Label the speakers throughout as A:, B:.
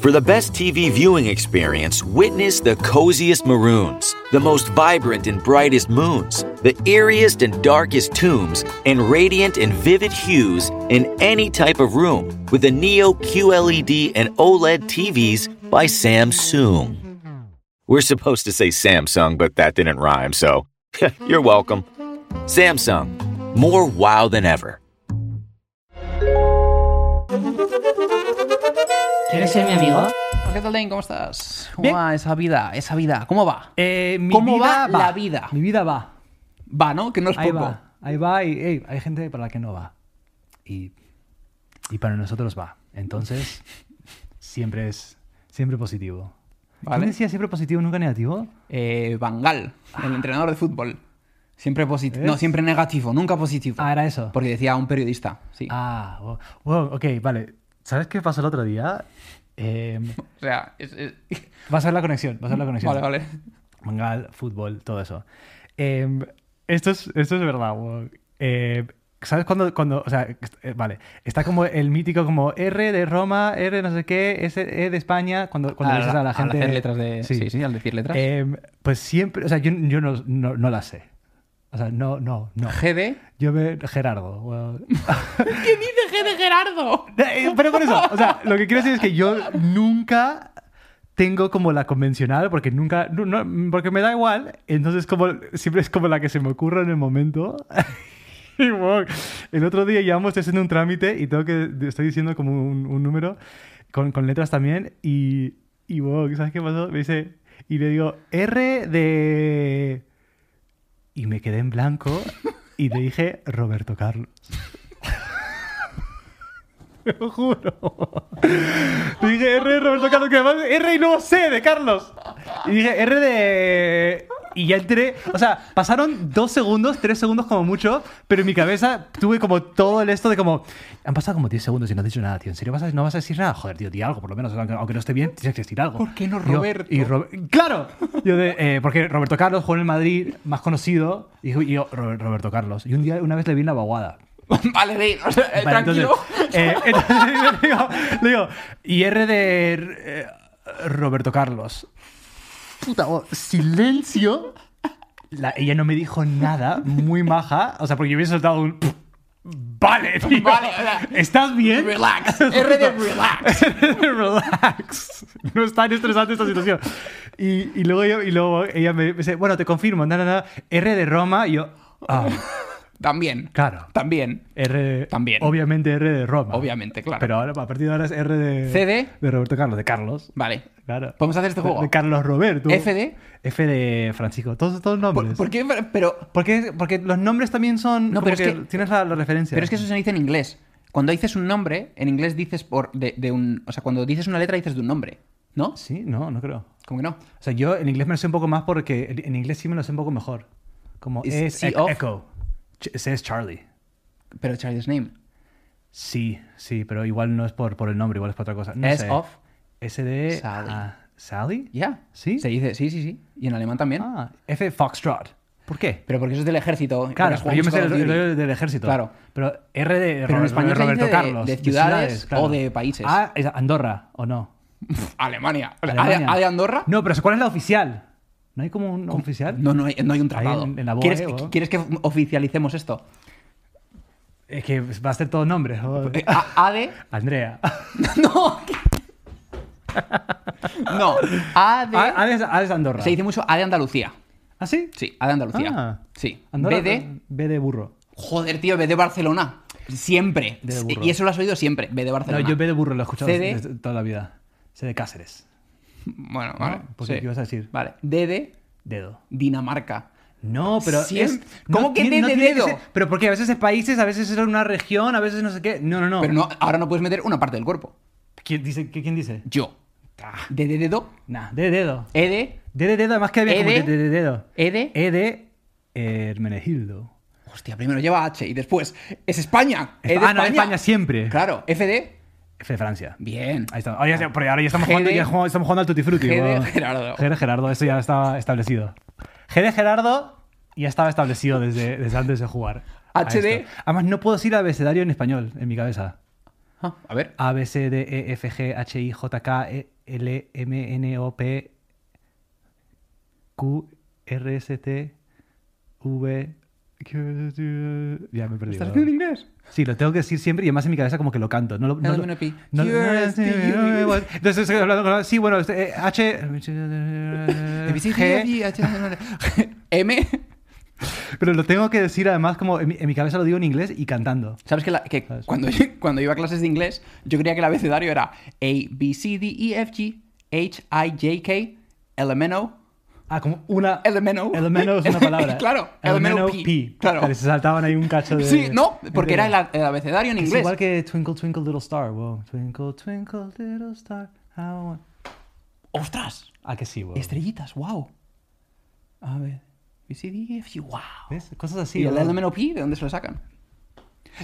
A: For the best TV viewing experience, witness the coziest maroons, the most vibrant and brightest moons, the eeriest and darkest tombs, and radiant and vivid hues in any type of room with the Neo QLED and E OLED TVs by Samsung. We're supposed to say Samsung, but that didn't rhyme, so you're welcome. Samsung, more wow than ever.
B: ¿Quieres ser mi amigo?
C: Hola, ¿Qué tal, Dane? ¿Cómo estás?
D: Bien.
C: Guau, esa vida, esa vida. ¿Cómo va?
D: Eh, mi
C: ¿Cómo
D: vida
C: va, la vida?
D: Mi vida va.
C: Va, ¿no? Que no es
D: Ahí
C: poco.
D: va. Ahí va y ey, hay gente para la que no va. Y, y para nosotros va. Entonces, siempre es siempre positivo.
C: Vale.
D: ¿Quién decía siempre positivo, nunca negativo?
C: Eh, Bangal, el entrenador de fútbol. Siempre positivo.
D: ¿Eh?
C: No, siempre negativo, nunca positivo.
D: Ah, era eso.
C: Porque decía un periodista, sí.
D: Ah, wow. Wow, ok, vale. ¿Sabes qué pasó el otro día? Eh,
C: O sea, es- es-
D: vas a ver la conexión, vas a ver la conexión.
C: Vale, vale.
D: Mangal, fútbol, todo eso. Eh, esto, es, esto es verdad, weón. Eh, ¿Sabes cuando, cuando, o sea, est- eh, vale, está como el mítico como R de Roma, R no sé qué, S, E de España, cuando, cuando
C: Al-
D: dices a la
C: al
D: gente...
C: hacer letras de- sí, sí, al decir letras.
D: Eh, pues siempre, o sea, yo, yo no, no, no las sé. O sea, no, no, no.
C: GD.
D: Yo me... Gerardo, weón.
C: ¿Qué dice GD Gerardo?
D: Eh, Pero con eso, o sea, lo que quiero decir es que yo nunca tengo como la convencional porque nunca, no- no- porque me da igual, entonces como siempre es como la que se me ocurra en el momento. Y wow, el otro día llamo, estoy haciendo un trámite y tengo que, estoy diciendo como un, un número con, con letras también y, y wow, ¿sabes qué pasó? Me dice, y le digo, R de... Y me quedé en blanco y le dije Roberto Carlos. Te lo juro. Dije R de Roberto Carlos, que además R y no C de Carlos. Y dije R de. Y ya entré. O sea, pasaron dos segundos, tres segundos como mucho, pero en mi cabeza tuve como todo el esto de como. Han pasado como 10 segundos y no has dicho nada, tío. ¿En serio vas a- no vas a decir nada? Joder, tío, di algo, por lo menos. Aunque, aunque no esté bien, tienes que decir algo.
C: ¿Por qué no
D: Y yo-
C: Roberto?
D: y Ro- ¡Claro! Yo de, eh, porque Roberto Carlos jugó en el Madrid, más conocido, y yo, y yo, "Ro- Roberto Carlos. Y un día, una vez le vi en la vaguada.
C: vale, Dane, o sea, eh,
D: Vale,
C: tranquilo.
D: Entonces, eh, entonces le, digo, le digo, y R de eh, Roberto Carlos. Puta, oh, silencio. La- ella no me dijo nada, muy maja. O sea, porque yo hubiese soltado un... Vale, tío.
C: Vale, o sea,
D: ¿Estás bien?
C: Relax. R de relax.
D: relax. No es tan estresante esta situación. Y, y luego, yo- y luego ella me, me dice, bueno, te confirmo, nada, nada, R de Roma. Y yo, ah,
C: También.
D: claro.
C: También.
D: R
C: También.
D: Obviamente R de Roma.
C: Obviamente, claro.
D: Pero ahora, a partir de ahora es R de.
C: CD.
D: De Roberto Carlos, de Carlos.
C: Vale.
D: Claro.
C: Podemos hacer este
D: De-
C: juego.
D: De Carlos Roberto.
C: F de-
D: F de Francisco. Todos, todos
C: ¿Por,
D: nombres.
C: por qué? Pero,
D: Porque, porque los nombres también son.
C: No,
D: como
C: pero es que-
D: Tienes la, la referencia.
C: pero es que eso se dice en inglés. Cuando dices un nombre, en inglés dices por de, de un. O sea, cuando dices una letra dices de un nombre. ¿No?
D: Sí, no, no creo.
C: ¿Cómo que no?
D: O sea, yo en inglés me lo sé un poco más porque en- en inglés sí me lo sé un poco mejor. Como
C: Is-
D: es
C: sí,
D: ec-
C: of.
D: Echo. Ch- ese es Charlie.
C: Pero Charlie's name.
D: Sí, sí, pero igual no es por, por el nombre, igual es por otra cosa. No
C: Es
D: sé.
C: of.
D: S de.
C: Sally.
D: ah, ¿Sally?
C: Ya.
D: ¿Sí?
C: Se dice, sí, sí, sí. Y en alemán también.
D: Ah, F Foxtrot. ¿Por qué?
C: Pero porque eso es del ejército.
D: Claro,
C: porque
D: pero yo me sé
C: jugamos
D: el,
C: Call of Duty.
D: el- del ejército.
C: Claro.
D: Pero R de,
C: Pero en
D: Robert-
C: español se dice
D: Roberto
C: de-
D: Carlos.
C: de ciudades o de países.
D: Ah, es Andorra, ¿o no?
C: Pff, Alemania. O sea, ¿A, de,
D: Alemania.
C: a de Andorra?
D: No, pero ¿cuál es la oficial? ¿No hay como un oficial?
C: No, no hay, no hay un
D: Ahí
C: tratado.
D: en- en la boa,
C: ¿Quieres,
D: eh, o-
C: ¿Quieres que oficialicemos esto?
D: Es que va a ser todo nombre. joder.
C: Eh, A, a de.
D: Andrea. Ah,
C: No. no. A de.
D: Ah, ah, es, ah, es Andorra.
C: Se dice mucho A de Andalucía.
D: ¿Ah, sí?
C: Sí, A de Andalucía.
D: Ah.
C: Sí.
D: Andorra,
C: B de.
D: B de burro.
C: Joder, tío, B de Barcelona. Siempre.
D: B de
C: Sí,
D: burro.
C: y eso lo has oído siempre. B de
D: No,
C: Barcelona.
D: yo B de burro lo he escuchado
C: C de-
D: desde toda la vida. C de Cáceres.
C: Bueno, vale.
D: porque ¿qué ibas a decir?
C: Vale. D de
D: Dedo.
C: Dinamarca.
D: No, pero
C: Siem-
D: es...
C: ¿Cómo
D: no
C: que
D: tiene-
C: de
D: no tiene
C: dedo?
D: ser- pero porque a veces es países, a veces es una región, a veces no sé qué. No, no, no.
C: Pero no, ahora no puedes meter una parte del cuerpo.
D: ¿Quién dice? qué- ¿Quién dice?
C: Yo.
D: Ah,
C: D de dedo.
D: nah, de dedo.
C: E de.
D: De de dedo, además que había como
C: ¿Ede?
D: de, de- de dedo.
C: E de.
D: E de Hermenegildo.
C: Hostia, primero lleva H y después es España. E de
D: Ah, no, España siempre.
C: Claro. F de.
D: F de Francia.
C: Bien.
D: Ahí está. Ahora ya, pero ahora ya estamos,
C: G
D: jugando,
C: de-
D: ya jugamos- estamos jugando al Tutti Frutti.
C: G de
D: guau.
C: Gerardo.
D: G de Gerardo, eso ya estaba establecido. G de Gerardo ya estaba establecido desde, desde antes de jugar. a
C: H de-
D: esto. Además, no puedo decir abecedario en español en mi cabeza.
C: Ah, a ver.
D: A, B, C, D, E, F, G, H, I, J, K, E, L, M, N, O, P, Q, R, S, T, V... Q- Ya me he perdido.
C: ¿Estás haciendo en inglés?
D: Sí, lo tengo que decir siempre y además en mi cabeza como que lo canto. No lo, no,
C: Hell
D: lo-
C: wanna be
D: no- no-
C: curious to you.
D: Entonces estoy hablando con... Sí, bueno, este, eh, H... Eh, G,
C: M.
D: pero lo tengo que decir además como en mi, en mi cabeza lo digo en inglés y cantando.
C: ¿Sabes que, la- que
D: ¿Sabes?
C: cuando, cuando iba a clases de inglés, yo creía que el abecedario era A, B, C, D, E, F, G, H, I, J, K, L, M, N, O.
D: Ah, como una...
C: El meno.
D: El meno es una palabra.
C: Claro, el meno P, claro.
D: Pero se saltaban ahí un cacho de...
C: Sí, no, porque era
D: de-
C: el, a- el abecedario en
D: Eh, Es
C: inglés.
D: igual que Twinkle Twinkle Little Star, wow. Twinkle Twinkle Little Star. how I-
C: ¡Ostras!
D: Ah, que sí, wow.
C: Estrellitas, wow. A ver. B, C, D, E, F, G, wow.
D: ¿Ves? Cosas así.
C: ¿Y el
D: wow.
C: elemento P? ¿De dónde se lo sacan?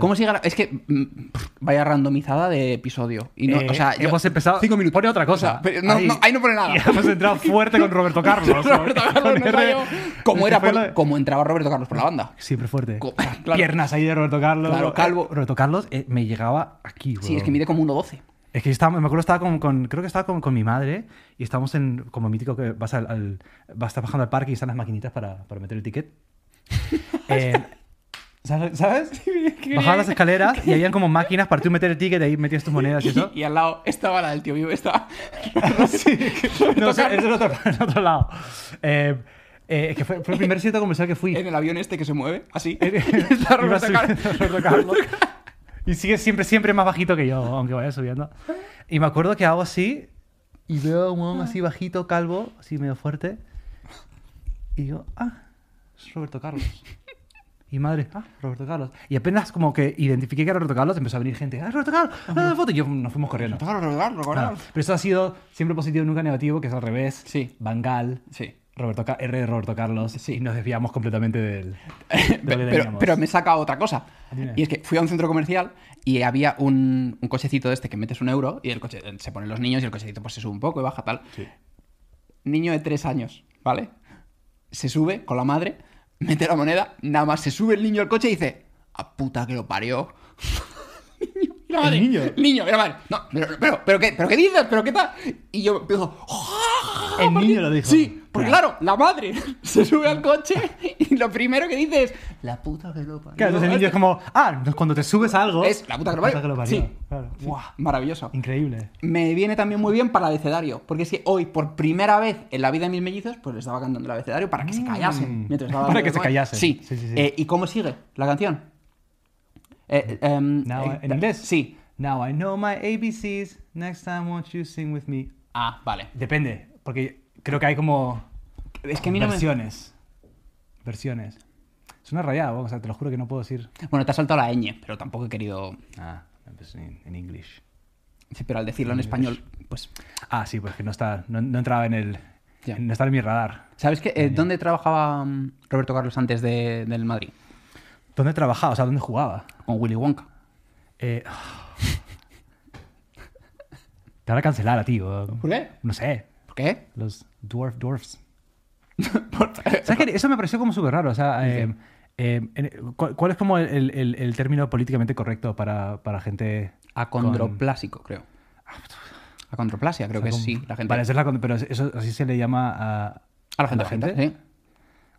C: ¿Cómo sigue la- Es que mm, pff, vaya randomizada de episodio. Y no,
D: Eh,
C: o sea, yo-
D: hemos empezado.
C: Cinco minutos.
D: Pone otra cosa.
C: Pero no,
D: ahí.
C: no, ahí no pone nada.
D: Y hemos entrado fuerte con Roberto Carlos. ¿no?
C: Roberto Carlos
D: Con
C: nos
D: R-
C: falló. Como, era
D: Fue
C: por-
D: la-
C: como entraba Roberto Carlos por la banda.
D: Siempre fuerte.
C: Co- claro.
D: Piernas ahí de Roberto Carlos. Eh,
C: Claro, calvo.
D: Roberto Carlos eh, me llegaba aquí, güey.
C: Sí, es que mide como 1.12.
D: Es que yo estaba, me acuerdo estaba con, con- creo que estaba con, con mi madre y estábamos en, como mítico que vas al, al- vas trabajando al parque y están las maquinitas para, para meter el ticket. Eh, ¿Sabes? ¿sabes? Bajabas las escaleras y habían como máquinas para tú meter el ticket, ahí metías tus monedas y eso.
C: Y, y al lado estaba la del tío vivo. Estaba.
D: Sí, no, eso, eso en, otro, en otro lado. Eh, eh, es que fue, fue el primer sitio comercial que fui.
C: en el avión este que se mueve, así.
D: Está
C: Roberto Carlos.
D: Y sigue siempre, siempre más bajito que yo, aunque vaya subiendo. Y me acuerdo que hago así y veo a un hombre así bajito, calvo, así medio fuerte. Y digo, ah, es Roberto Carlos. Y madre, ah, Roberto Carlos. Y apenas como que identifiqué que era Roberto Carlos, empezó a venir gente, ah, Roberto Carlos, ah, la foto. Y yo nos fuimos corriendo.
C: Claro, claro,
D: Ah,
C: claro.
D: pero eso ha sido siempre positivo, nunca negativo, que es al revés.
C: Sí.
D: Bangal.
C: Sí.
D: Roberto Ca- R de Roberto Carlos.
C: Sí.
D: Y nos desviamos completamente del. de lo que
C: Pero,
D: teníamos.
C: pero me saca otra cosa.
D: Dime.
C: Y es que fui a un centro comercial y había un, un cochecito de este que metes un euro y el coche se ponen los niños y el cochecito pues se sube un poco y baja tal. Niño de tres años, ¿vale? Se sube con la madre, mete la moneda, nada más se sube el niño al coche y dice, a puta que lo parió. Niño, y la madre,
D: ¿El niño?
C: Niño, y la madre. No, pero, pero, pero, ¿qué, pero ¿qué dices? ¿Pero qué tal? Y yo empiezo,
D: El niño lo dijo.
C: Sí, porque claro, la madre se sube al coche y lo primero que dice es la puta que lo parió".
D: Claro, entonces el niño es como, ah, no, cuando te subes a algo.
C: Es la puta que lo parió. Sí.
D: Claro.
C: Buah, maravilloso.
D: Increíble.
C: Me viene también muy bien para el abecedario, porque es que hoy, por primera vez en la vida de mis mellizos, pues les estaba cantando el abecedario para que se callasen. mientras estaba
D: Mm. Para
C: dando
D: que
C: de
D: se
C: comer.
D: callasen.
C: Sí.
D: Sí, sí, sí.
C: Eh, ¿Y cómo sigue la canción? Eh, em,
D: Now
C: eh,
D: I- en inglés.
C: Sí.
D: Now I know my ABCs. Next time won't you sing with me.
C: Ah, vale.
D: Depende, porque creo que hay como.
C: Es que a mí no me-
D: versiones. Versiones. Es una rayada, o sea, te lo juro que no puedo decir.
C: Bueno, te has saltado la ñ, pero tampoco he querido...
D: Ah, pues en en inglés.
C: Sí, pero al decirlo en español, pues...
D: Ah, sí, pues que no, está, no, no entraba en el.
C: Ya.
D: No estaba en mi radar.
C: ¿Sabes qué? Eh, ¿Dónde trabajaba mm, Roberto Carlos antes de- del Madrid?
D: ¿Dónde trabajaba? O sea, ¿dónde jugaba?
C: Con Willy Wonka.
D: Eh, Te van a cancelar a ti, o-
C: ¿Por qué?
D: No sé.
C: ¿Por qué?
D: Los Dwarf Dwarfs.
C: Eh,
D: ¿Sabes qué? Eso me pareció como súper raro. O sea, eh, eh, en- ¿cuál, cuál es como el, el- el término políticamente correcto para, para gente.
C: Acondroplásico, creo. Acondroplasia, creo que
D: con-
C: Pues sí. La gente.
D: Vale, eso es la con- pero eso así se le llama a.
C: a la gente, sí.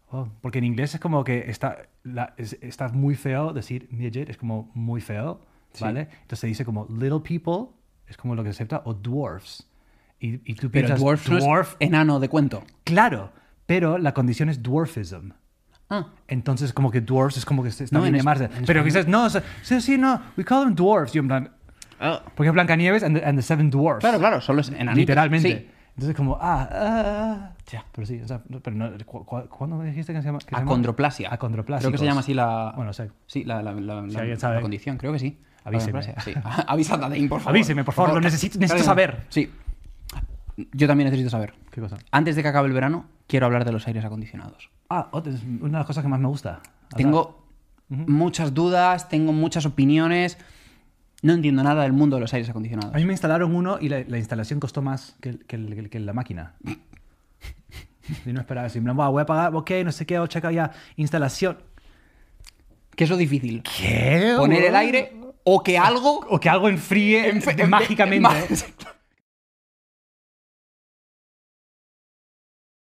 D: Oh, porque en inglés es como que está, la- es- está muy feo decir midget, es como muy feo,
C: Sí.
D: ¿vale? Entonces se dice como little people, es como lo que se acepta, o dwarfs. Y, y tú
C: Pero
D: piensas,
C: dwarf, no es
D: dwarf,
C: enano de cuento.
D: claro, pero la condición es dwarfism.
C: Ah,
D: Entonces como que dwarfs es como que se- está
C: No,
D: bien
C: en es-
D: llamarse.
C: en
D: pero
C: español-
D: quizás, no, o sea, sí, sí, no, we call them dwarfs. Yo en plan, porque es Blancanieves and the, and the Seven Dwarfs.
C: Oh. claro, claro, solo es enano.
D: Literalmente.
C: Sí.
D: Entonces como, ah, ah, ah.
C: Ya.
D: Pero sí, o sea, no, pero no, ¿cu- cu- ¿cuándo me dijiste que se llama? que se llama?
C: Acondroplasia.
D: Acondroplasia.
C: Creo que se llama así la.
D: Bueno, sé.
C: Sí, la, la, la, la-
D: alguien sabe.
C: la condición, creo que sí.
D: Avíseme.
C: Acondroplasia, Sí. Avísame, Dain, por favor.
D: Avíseme, por favor, lo necesito- necesito saber.
C: Sí. Yo también necesito saber.
D: ¿Qué cosa?
C: Antes de que acabe el verano, quiero hablar de los aires acondicionados.
D: Ah, otra- es una de las cosas que más me gusta. Hablar.
C: Tengo muchas dudas, tengo muchas opiniones. No entiendo nada del mundo de los aires acondicionados.
D: A mí me instalaron uno y la, la instalación costó más que, el- que el- que el- que la máquina. Y no esperaba así. en plan, "Buah, voy a pagar, ok, no sé qué, voy a checar ya. Instalación.
C: Que eso es difícil.
D: ¿Qué?
C: Poner el
D: weón?
C: aire O que algo
D: O que algo enfríe
C: Enfe-
D: mágicamente. ¿eh?
C: ma-